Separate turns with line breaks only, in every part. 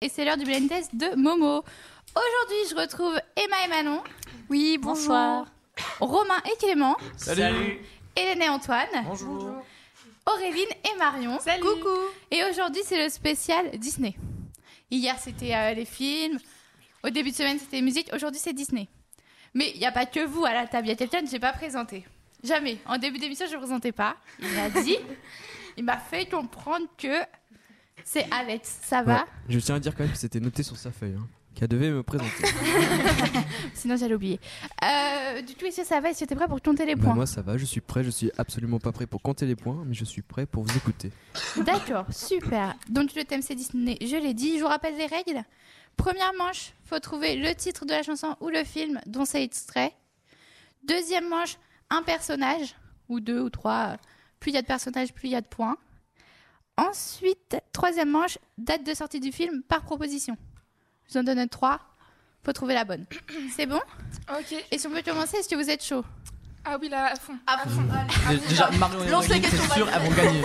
et c'est l'heure du blind test de Momo. Aujourd'hui, je retrouve Emma et Manon,
Oui,
bonsoir. Romain et Clément,
Salut.
Hélène et Antoine,
Bonjour.
Auréline et Marion.
Coucou.
Et aujourd'hui, c'est le spécial Disney. Hier, c'était euh, les films. Au début de semaine, c'était musique. Aujourd'hui, c'est Disney. Mais il n'y a pas que vous à la table. Il y a quelqu'un que je n'ai pas présenté. Jamais. En début d'émission, je ne présentais pas. Il m'a dit, il m'a fait comprendre que c'est Alex. Ça va
Ouais, Je tiens à dire quand même que c'était noté sur sa feuille, hein, qu'elle devait me présenter.
Sinon, j'allais oublier. Euh, du coup, est-ce que ça va Est-ce que tu es prêt pour compter les
Bah,
points
moi ça va, je suis prêt, je suis absolument pas prêt pour compter les points, mais je suis prêt pour vous écouter.
D'accord, super. Donc le thème c'est Disney, je l'ai dit, je vous rappelle les règles. Première manche, faut trouver le titre de la chanson ou le film dont c'est extrait. Deuxième manche, un personnage, ou deux ou trois. Plus il y a de personnages, plus il y a de points. Ensuite, troisième manche, date de sortie du film par proposition. Je vous en donne trois, faut trouver la bonne. C'est bon
Ok.
Et si on peut commencer, est-ce que vous êtes chaud
Ah oui, là, à fond.
Déjà, Marion et
Lance les
Aurélie,
questions,
c'est sûr, elles vont gagner.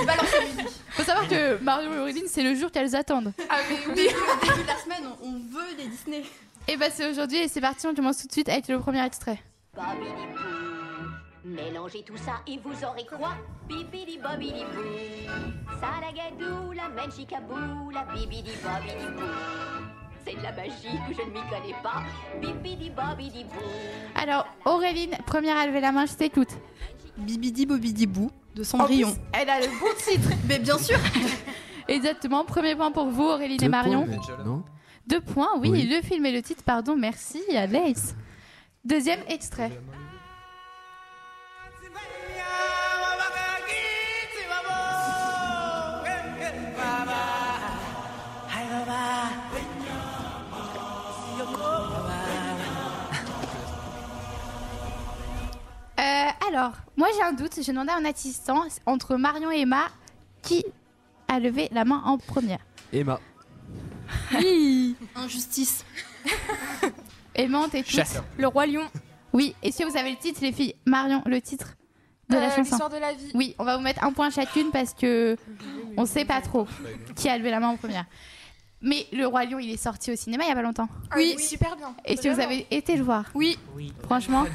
Faut savoir que Marion et Auréline, c'est le jour qu'elles attendent.
Ah mais oui.
Dès le début de la semaine, on- on veut des Disney.
Et bah c'est aujourd'hui et c'est parti, on commence tout de suite avec le premier extrait.
Bobidi-bou. Mélangez tout ça et vous aurez quoi Bibidi bobidi bou. Salagadou, la menchikabou, la bibidi bobidi bou. C'est de la magie que je ne m'y connais pas. Bibidi bobidi bou.
Alors, Auréline, première à lever la main, je t'écoute.
Bibidi Bobidi Bou de
En
Cendrillon.
plus, elle a le bon titre.
Mais bien sûr,
Exactement, premier point pour vous, Auréline et
Deux
Marion.
points, mais- Non
Deux points, oui,
Oui.
le film et le titre, pardon, merci, Alex. Deuxième extrait. Euh, alors, moi j'ai un doute, j'ai demandé à un assistant entre Marion et Emma qui a levé la main en première.
Emma,
injustice.
Emma, on t'écoute.
Cher.
Le roi lion.
Oui, et si vous avez le titre, les filles Marion, le titre de la
Euh,
chanson.
L'histoire de la vie.
Oui, on va vous mettre un point chacune parce que on sait pas trop qui a levé la main en première. Mais le roi lion, il est sorti au cinéma il y a pas longtemps.
Ah
Oui.
super bien.
Et si vous avez été le voir
Oui.
Franchement,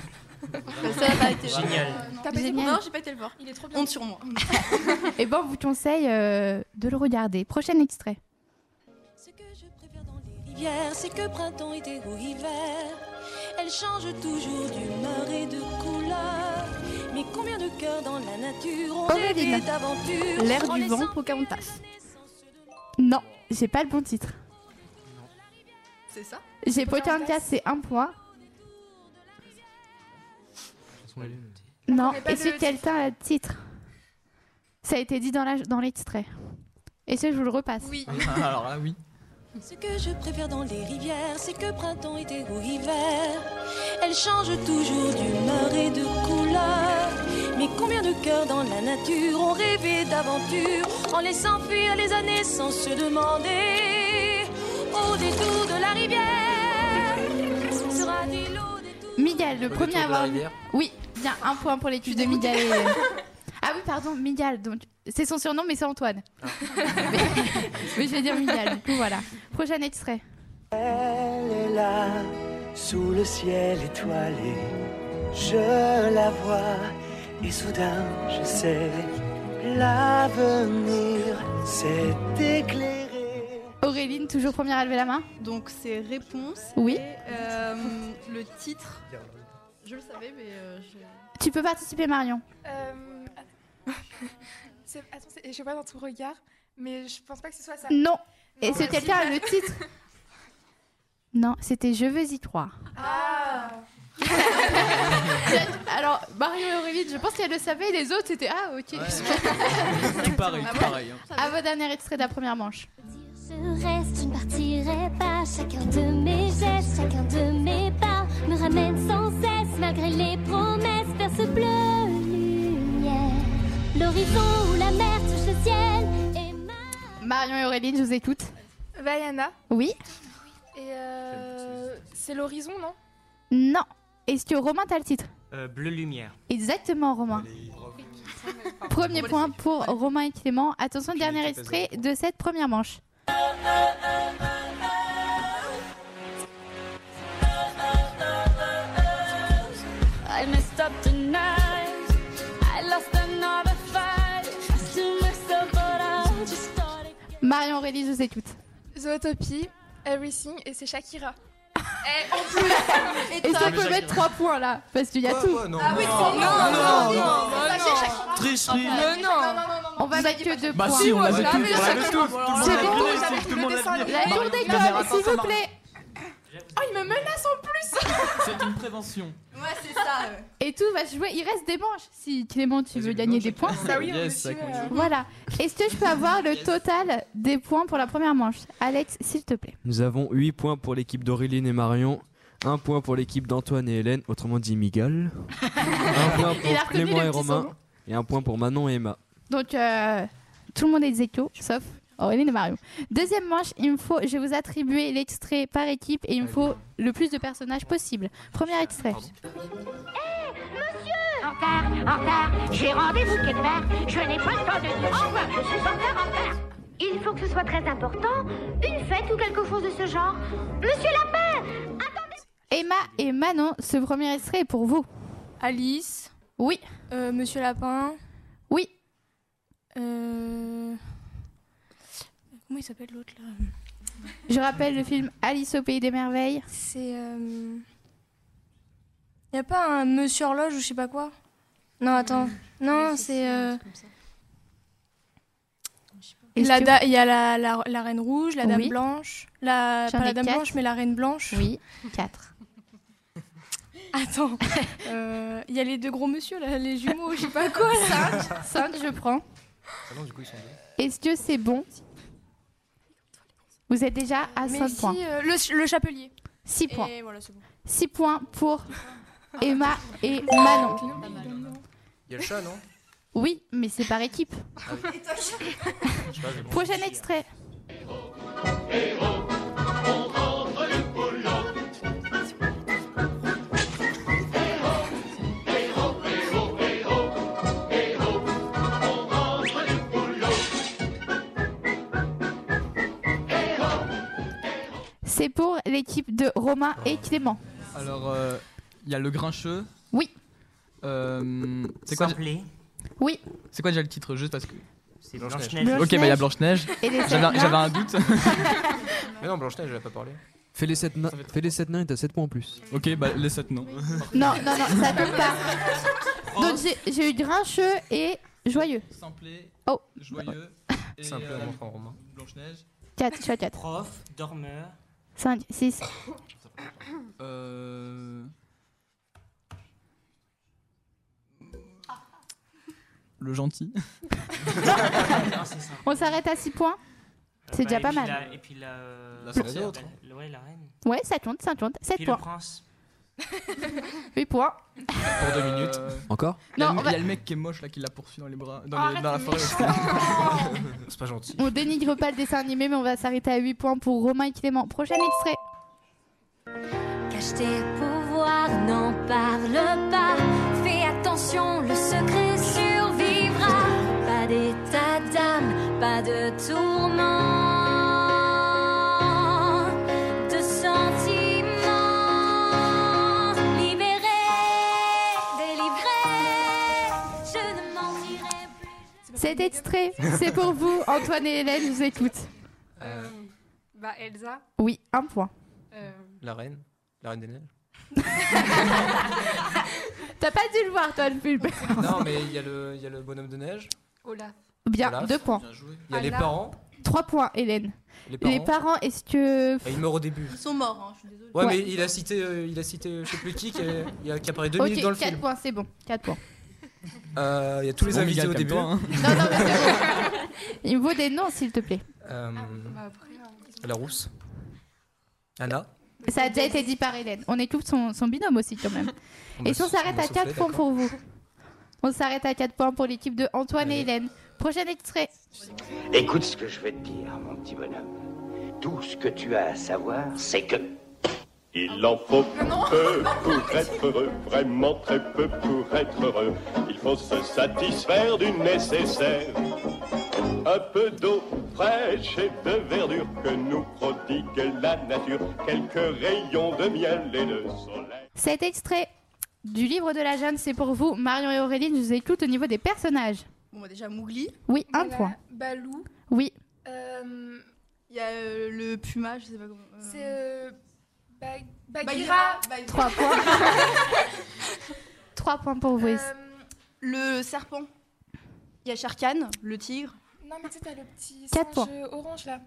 Ça pas été.
Génial.
T'as
pas été Génial. voir
j'ai pas été le voir.
Il est trop bien.
Honte sur moi.
et ben on vous conseille euh, de le regarder. Prochain extrait.
Ce que je préfère dans les rivières, c'est que printemps, été ou hiver, elles changent toujours d'humeur et de couleur. Mais combien de cœurs dans la nature ont
Aurélie.
rêvé d'aventure
L'air
en
du
laissant
vent,
filer
Pocahontas.
la naissance de-
Non, j'ai pas le bon titre.
C'est ça
J'ai Pocahontas, c'est un point. Non,
connaît pas
est-ce
le
que quelqu'un a le titre Ça a été dit dans la- dans l'extrait. est-ce que je vous le repasse
Oui.
Ah, Alors là, oui.
Ce que je préfère dans les rivières, c'est que printemps, été ou hiver, elles changent toujours d'humeur et de couleur. Mais combien de cœurs dans la nature ont rêvé d'aventure en laissant fuir les années sans se demander au détour de la rivière sera-t-il au détour
Miguel, le premier à avoir.
hier.
Oui, bien, un point pour l'étude de Miguel. et- Ah oui, pardon, Miguel. Donc, c'est son surnom, mais c'est Antoine. mais, mais je vais dire Miguel, du coup, voilà. Prochain extrait.
Elle est là, sous le ciel étoilé. Je la vois, et soudain je sais, l'avenir s'est éclairé.
Auréline, toujours première à lever la main.
Donc c'est réponse.
Oui.
Et, euh, le titre. Je le savais, mais euh, je.
Tu peux participer, Marion.
Euh, c'est- Attends, c'est- je vois dans ton regard, mais je pense pas que ce soit ça.
Non. Et
Non,
c'est
merci.
quelqu'un a le titre Non, c'était Je veux y croire.
Ah.
Alors, Marion et Auréline, je pense qu'elle le savait, et les autres, c'était Ah, ok.
Tout pareil,
Ah
tout pareil. hein.
À vos dernier extrait de la première manche.
Je reste, je ne partirai pas. Chacun de mes gestes, chacun de mes pas me ramène sans cesse, malgré les promesses, vers ce bleu lumière. L'horizon où la mer touche le ciel. Et ma...
Marion et Auréline, je vous écoute.
Vaiana.
Oui
Et euh, c'est l'horizon, non
Non. Est-ce que Romain, t'as le titre
Euh,
bleu lumière.
Exactement, Romain. Premier point pour Romain et Clément. Attention, dernier
était pas
extrait de cette première manche.
Au
Marion Aurélie, je vous écoute.
Zootopie, Everything, et c'est Shakira.
Et ça, il faut mettre 3 points là, parce qu'il y a tout.
Ah oui, trop
non, non,
Tricherie.
Mais non.
On va mettre que 2
Bah
points.
si, on l'a
moi,
vu
je l'avais, j'avais
tous. tous. Tout le monde
C'est bon,
j'avais
l'a deviné, c'est tout le monde l'a
tous les
La
deviné. Marie-
tour
Marie-
d'école, s'il
attends,
vous
Marie-
plaît.
Oh, il me menace en plus
C'est une prévention.
Ouais, c'est ça. ouais.
Et tout va se jouer. Il reste des manches. Si Clément, tu veux gagner des points.
Bah oui, on
Yes,
est
ça
sûr,
compte.
euh,
Voilà. Est-ce que je peux avoir le total des points pour la première manche Alex, s'il te plaît.
Nous avons 8 points pour l'équipe d'Auréline et Marion, 1 point pour l'équipe d'Antoine et Hélène, autrement dit Migal, 1 point
Il a
pour
reconnu
Clément
le
et
petit
Romain,
son.
et 1 point pour Manon et Emma.
Donc, euh, tout le monde est des échos, sauf Aurélie et Marion. Deuxième manche, il me faut, je vais vous attribuer l'extrait par équipe et il me faut le plus de personnages possible. Premier extrait.
En retard, en retard, j'ai rendez-vous quelque part. Je n'ai pas le temps de dire au revoir, je suis en retard, en retard.
Il faut que ce soit très important, une fête ou quelque chose de ce genre. Monsieur Lapin
Emma et Manon, ce premier extrait est pour vous.
Alice,
Oui,
euh, Monsieur Lapin,
oui.
euh, comment il s'appelle l'autre là
Je rappelle le film Alice au pays des merveilles.
C'est. Euh... Y a pas un Monsieur Horloge ou je sais pas quoi Non, attends. Non, c'est. euh,
Est-ce
la
que-
da- Il y a la, la, la Reine Rouge, la Dame
Oui.
Blanche. La...
J'en
Pas la
ai
Dame
quatre.
Blanche, mais la Reine Blanche.
Oui, 4.
Attends. Euh, Il y a les deux gros monsieur, là, les jumeaux, je sais pas quoi.
5, je prends.
Ah non, du coup, ils sont deux.
Est-ce que c'est bon Vous êtes déjà à 5
Mais si,
points.
euh, le, le chapelier.
6 points.
Et voilà, c'est bon.
6 points pour Emma et Manon.
Il y a le chat, non Ah
Oui, mais c'est par équipe.
Je sais pas, j'ai-
Prochain extrait. C'est pour l'équipe de Romain et
Oh.
Clément.
Alors, euh, il y a le grincheux.
Oui.
Euh, c'est quoi,
Oui,
c'est quoi déjà le titre Juste parce que.
C'est
Blanche-Neige.
Ok, bah il y a Blanche-Neige.
et les sept
J'avais
nains.
j'avais un doute.
Mais non, Blanche-Neige, elle a pas parlé.
Fais les 7 nains et t'as 7 points en plus.
Ok, bah les 7 non.
Non, non, non, ça compte pas.
Oh.
Donc j'ai- j'ai eu grincheux et joyeux.
Simplé,
Oh.
joyeux. et,
C'est un peu
euh,
un enfant romain.
Blanche-Neige.
4, je suis à 4.
Prof, dormeur.
5, 6.
Euh... Le gentil.
Non, Ah, c'est ça.
On s'arrête à 6 points Ah. C'est
Euh,
déjà
et
pas
puis
mal.
la- et puis la.
La
la-
sorcière.
la- Ouais, la reine.
Ouais, ça compte, ça compte. 7
Puis le
points.
prince.
8 points.
Pour deux minutes.
Encore
Il Euh, y a
Non,
le-
on va- Oh,
il y a le mec qui est moche là qui la poursuit dans les bras, dans, les-
Arrête,
dans la
c'est
forêt.
C'est pas gentil.
On dénigre pas le dessin animé, mais on va s'arrêter à 8 points pour Romain et Clément. Prochain extrait.
Cache tes pouvoirs, n'en parle pas. Fais attention, le secret survivra. Pas d'état d'âme, pas de tourment, de sentiments. Libéré, délivré, je ne mentirai plus.
Cet extrait, c'est pour vous, Antoine et Hélène, je vous écoute.
Euh, Bah Elsa.
Oui, un point.
euh,
La reine La reine des neiges
T'as pas dû le voir, toi, le film.
Non, mais il y, a le- il y a le bonhomme de neige,
Olaf.
Bien,
Voilà.
2 points.
il y a
Ah
les
Anna.
parents.
3 points, Hélène.
Les parents.
Les parents, est-ce que.
Et Ah, il meurt au début.
Ils sont morts, hein, je suis désolée.
Ouais,
Ouais.
mais il a cité, euh, il a cité euh, je sais plus qui, qui, est- il a, qui apparaît deux minutes dans
Ok,
le
4
film.
points, c'est bon. 4 points.
Euh, il y a tous les invités au début.
hein.
Non, non, mais c'est bon. Il me faut des noms, s'il te plaît.
Ah
Euh,
Bah après.
hein.
euh,
la rousse. Anna.
Ça a déjà été dit par Hélène. On écoute son, son binôme aussi, quand même.
bah,
Et si on s'arrête à 4 points pour vous On s'arrête à 4 points pour l'équipe de Antoine et Hélène. Prochain extrait.
Écoute ce que je vais te dire, mon petit bonhomme. Tout ce que tu as à savoir, c'est que.
Il en faut
Non.
peu pour être heureux, vraiment très peu pour être heureux. Il faut se satisfaire du nécessaire. Un peu d'eau fraîche et de verdure que nous prodigue la nature. Quelques rayons de miel et de soleil.
Cet extrait du livre de la jeune, c'est pour vous. Marion et Aurélie nous écoutent au niveau des personnages.
Eh ben,
Bon, bah déjà Mougli.
Oui, un
Voilà,
point.
Balou.
Oui,
euh,
Il y a euh, le puma, je sais pas comment. euh,
C'est euh, Ba-
Bagheera.
Bagheera.
Bagheera.
Trois points. Trois points pour vous.
Euh,
Le serpent. Il y a Sharkan, le tigre.
non, mais tu sais, t'as le petit
Quatre
singe
points.
euh, orange là.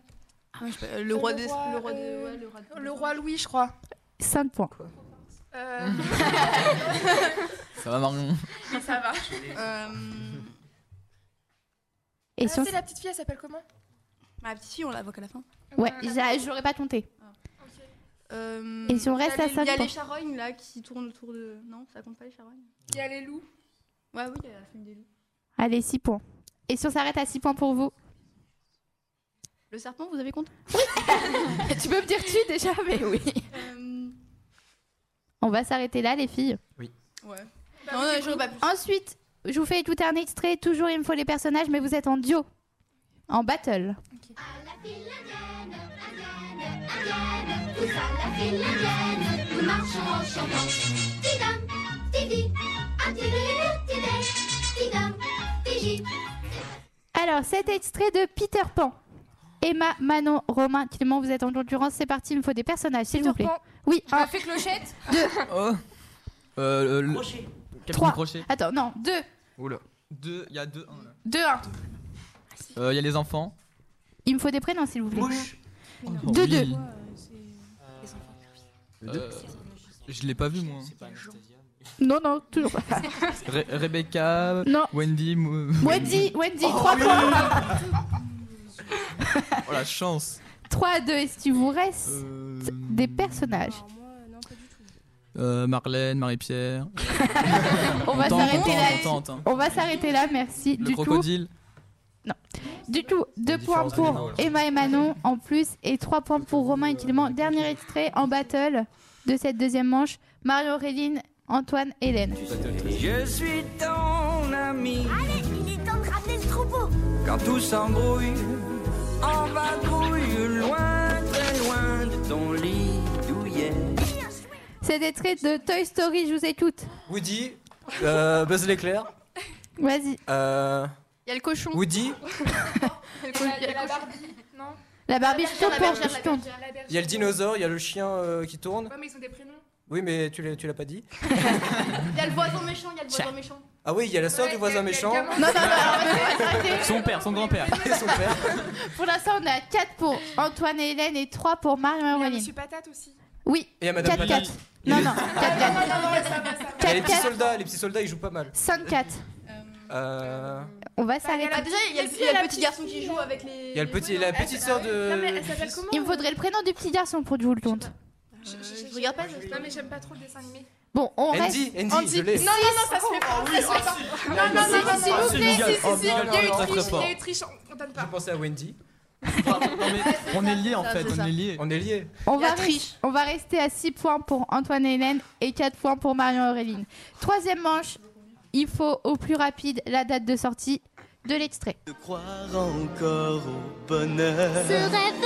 Ah,
je sais pas, euh, le roi des- le roi des-
euh,
ouais, le roi des-
le roi Louis, je crois.
5 points.
Euh,
Ça va, Marion
Mais ça va.
Euh,
Et
Ah,
si on
c'est la petite fille, elle s'appelle comment Euh,
Ma petite fille, ah, on la voit qu'à la fin.
Ouais, j'a- j'aurais pas compté.
Euh,
Et si on reste
il y a
à
les-
cinq
Il y a
points.
les charognes là qui tournent autour de. Non, ça compte pas les charognes
Il y a les loups.
Ouais, oui, il y a la famille des loups.
Allez, 6 points. Et si on s'arrête à 6 points pour vous
Le serpent, vous avez compté
Tu peux me dire tu déjà, mais oui. On va s'arrêter là, les filles.
Ouais. non, non, j'aurais pas pu.
Ensuite, je vous fais écouter un extrait. Toujours, il me faut les personnages, mais vous êtes en duo. En battle.
Tous à la file indienne, nous marchons en chantant. Tidam, tidi, attirir, tidé, tidam, tigi.
Alors, cet extrait de Peter Pan. Emma, Manon, Romain, Clément, vous êtes en concurrence. C'est parti, il me faut des personnages, s'il vous plaît. Ah. Oui,
Ah,
Je m'as fait clochette
Oh euh, le-
Crochet.
Capitaine
Trois.
Crochet.
Attends, non, deux.
Oula. Deux, il y a deux, un là.
Deux, un.
Euh, Il y a les enfants.
Il me faut des prénoms, s'il vous plaît.
Oh,
Deux,
oui.
deux.
Euh, je l'ai pas vu moi.
Non, non, toujours pas.
Re- Rebecca,
Non.
Wendy. mou-
Wendy, Wendy,
Oh,
trois
oui.
points.
Oh la chance.
3 à 2, est-ce qu'il vous reste des personnages
Euh, Marlène, Marie-Pierre.
On va
Tente,
s'arrêter
tente,
là.
tente, hein.
On va s'arrêter là, merci.
Le
du
crocodile.
Coup, du coup, 2 points
différence de
pour
niveau, là.
Emma et Manon en plus et 3 points pour Romain et Clément. Dernier extrait en battle de cette deuxième manche. Mario, Réline, Antoine, Hélène.
Je suis ton ami.
Allez, il est temps de ramener le troupeau.
Quand tout s'embrouille, en vadrouille, loin, très loin de ton lit douillet.
Cet extrait de Toy Story, je vous écoute.
Woody, euh, Buzz l'éclair.
Vas-y.
Euh,
Il y a le cochon. Il
Woody,
y a le
Il y a-
cochon.
il y a la Barbie. Non
La Barbie, je
bergère,
tourne,
la bergère,
je
la
tourne.
bergère, la bergère.
il y a le dinosaure, il y a le chien euh, qui tourne.
Ouais, mais ils ont des prénoms.
Oui, mais tu l'as, tu l'as pas dit.
Il y a le voisin méchant, il y a le voisin méchant.
Ah oui, il y a la sœur du voisin méchant.
Non, non, non,
Son père, son grand-père. son père.
Pour l'instant, on a 4 pour Antoine et Hélène et 3 pour Mario et
Il y a
Auréline.
Monsieur Patate aussi.
Oui,
Et à Madame
4-4.
Patate.
Non, non,
Ah, non, non, non, ouais, ça va, ça va.
Il y a les petits
quatre.
soldats, les petits soldats, ils jouent pas mal.
5-4.
Euh,
On va s'arrêter.
Bah, déjà, il y a le- il y a le petit garçon qui joue avec les.
Il y a le petit, la petite sœur de.
Il me faudrait le prénom du petit garçon pour que je vous le compte.
Je, je- je regarde pas. je- Non, mais j'aime pas trop le dessin animé.
Bon, on
Andy,
reste.
Andy, je l'ai.
Non, non, non, ça se fait pas.
Oh,
ça se
oui,
fait
ah,
pas.
si.
Non, non, non,
Ah,
non,
si,
non,
si,
si,
Miguel.
si, si,
Oh,
si, il y
Miguel,
a eu
très, très
triche, il
fort.
y a eu triche, on- on donne
Je
pas.
pensais à Wendy. on est liés en fait, on est liés. On est liés.
On va, rest- on va rester à 6 points pour Antoine et Hélène et 4 points pour Marion et Auréline. Troisième manche, il faut au plus rapide la date de sortie de l'extrait.
De croire encore au bonheur.
Ce rêve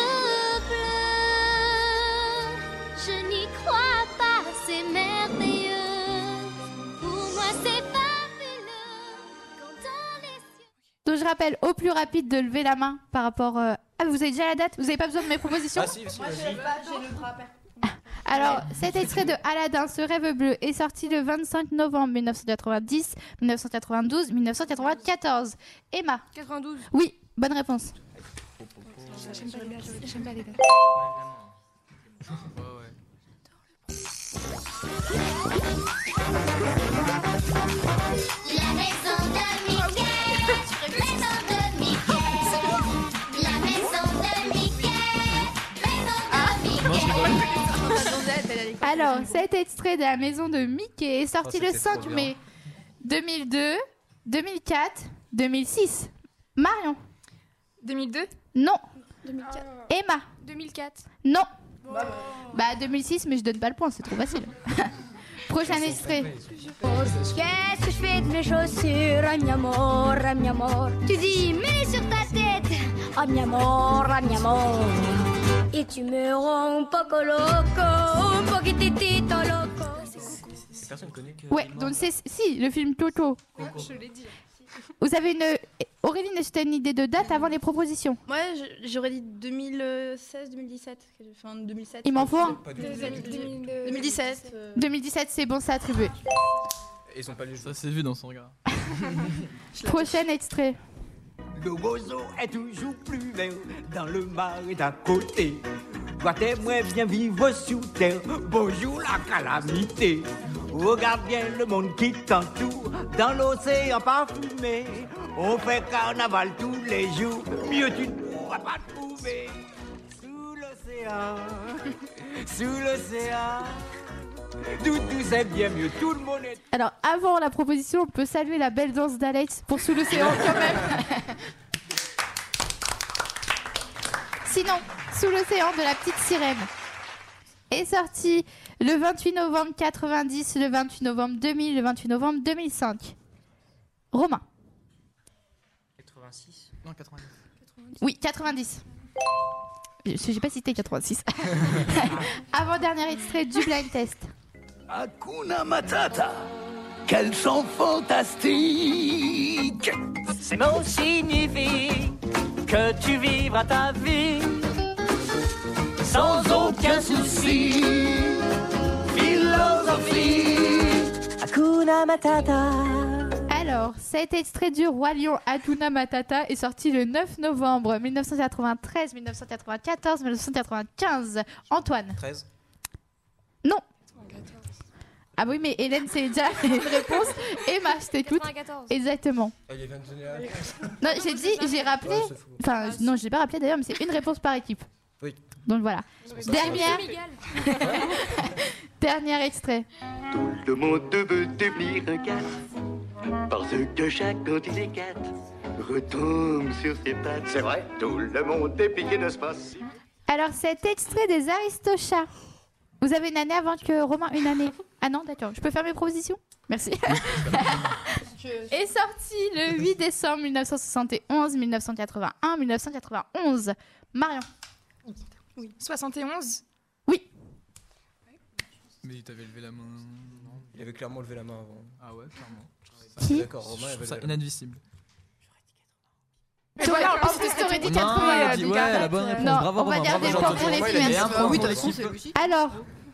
bleu, je n'y crois pas, c'est merveilleux. Pour moi, c'est fabuleux. Quand on est
Donc je rappelle au plus rapide de lever la main par rapport. euh, Ah, vous avez déjà la date Vous n'avez pas besoin de mes propositions
Ah si, si,
Moi,
vas-y.
j'ai pas, j'ai le bras perdu.
Alors, cet extrait de Aladdin, ce rêve bleu, est sorti le 25 novembre 1990, 1992, 1994. Emma
92.
Oui, bonne réponse.
J'aime pas les dates, J'aime pas les dates.
La maison de Mickey, maison de Mickey, la maison de Mickey, maison de Mickey.
Alors, cet extrait de la maison de Mickey est sorti
Ah,
le
Oh, c'était
5
trop bien.
mai 2002, 2004, 2006. Marion
2002
Non.
2004.
Emma
2004.
Non. Bah 2006, mais je donne pas le point, c'est trop facile. Prochain extrait.
Qu'est-ce que je fais de mes chaussures, ah, mi amour, ah, mi amour Tu dis, mets-les sur ta tête, ah, mi amour, ah, mi amour Et tu me rends un poco loco, un poquitito loco
Ouais, donc c'est si le film Toto.
Je l'ai dit.
Vous avez une. Aurélie, est-ce que tu as une idée de date avant les propositions
Moi, je- j'aurais dit 2016, 2017. que j'ai- Enfin, 2007.
Il m'en faut un.
Pas du tout.
2017. euh,
2017, c'est bon, c'est attribué.
Ils ont pas les
Ça s'est vu dans son regard.
Prochain extrait.
Le roseau est toujours plus vert dans le marais d'à côté. Toi t'aimerais bien vivre sous terre, bonjour la calamité. Regarde bien le monde qui t'entoure dans l'océan parfumé. On fait carnaval tous les jours, mieux tu ne pourras pas trouver. Sous l'océan, sous l'océan, tout, tout c'est bien mieux, tout le monde est...
Alors, avant la proposition, on peut saluer la belle danse d'Alex pour Sous l'océan quand même. Sinon, Sous l'océan de la petite sirène est sorti le 28 novembre 90, le 28 novembre 2000, le 28 novembre 2005. Romain.
86 Non, 90.
Oui, 90. Je sais pas cité 86. Avant-dernier extrait du blind test.
Hakuna Matata, quel chant fantastique
Ces mots signifient que tu vivras ta vie sans aucun souci. Philosophie.
Hakuna Matata. Alors, cet extrait du Roi Lion Hakuna Matata est sorti le 9 novembre 1993, 1994, 1995. Antoine
13.
Non. Ah oui, mais Hélène, c'est déjà une réponse. Emma, je t'écoute.
94.
Exactement.
Elle est génial.
Non, j'ai dit, j'ai rappelé.
Ouais, c'est fou.
Enfin, non, j'ai pas rappelé d'ailleurs, mais c'est une réponse par équipe.
Oui.
Donc voilà.
c'est
Dernière.
Monsieur
Dernier extrait.
Le monde veut devenir un cat, parce que chacun des quatre retombe sur ses pattes. C'est vrai, tout le monde est piqué de ce principe.
Alors, cet extrait des Aristochats. Vous avez une année avant que Romain, une année. Ah non, d'accord. Je peux faire mes propositions Merci. Est sorti le 8 décembre 1971, 1981, 1991. Marion.
Oui. 71
Mais t'avais levé la main. Non.
Il avait clairement levé la main avant.
Ah ouais, clairement.
Qui D'accord, Romain
Je
avait
trouve ça
levé la main.
inadmissible.
Mais voilà, en plus,
t'aurais dit
Non,
80.
il a dit, ouais, la bonne réponse.
Non,
Bravo,
on va
Romain,
garder pour
bravo,
pour
Jean-Pierre.
les
Ouais, il
films.
avait un point pour l'équipe.
Alors,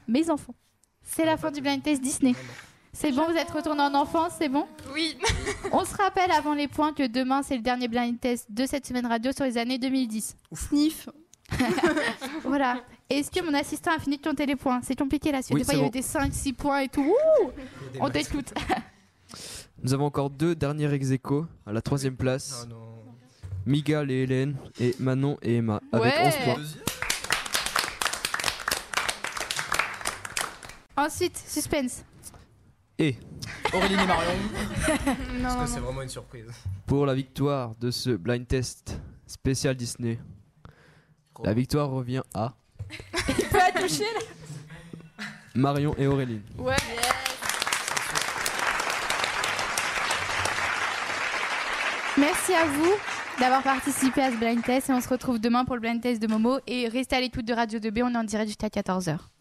mes enfants, c'est la fin du blind test Disney. C'est bon, vous êtes retournés en enfance, c'est bon
Oui.
On se rappelle avant les points que demain, c'est le dernier blind test de cette semaine radio sur les années 2010.
Sniff.
voilà. Est-ce que mon assistant a fini de compter les points C'est compliqué là, parce que
Oui,
des fois,
c'est
il y a
bon.
eu des 5, 6 points et tout. Ouh
Des
On
maths.
t'écoute.
Nous avons encore deux derniers ex aequo, à la troisième place. Migal et Hélène, et Manon et Emma, avec
Ouais.
11 points.
Ensuite, suspense.
Et
Aurélie et Marion. Parce
non,
que c'est vraiment une surprise.
pour la victoire de ce blind test spécial Disney, la victoire revient à
Il peut la toucher là
Marion et Aurélie.
Ouais. Merci à vous d'avoir participé à ce blind test et on se retrouve demain pour le blind test de Momo et restez à l'écoute de Radio 2B, on est en direct jusqu'à 14h.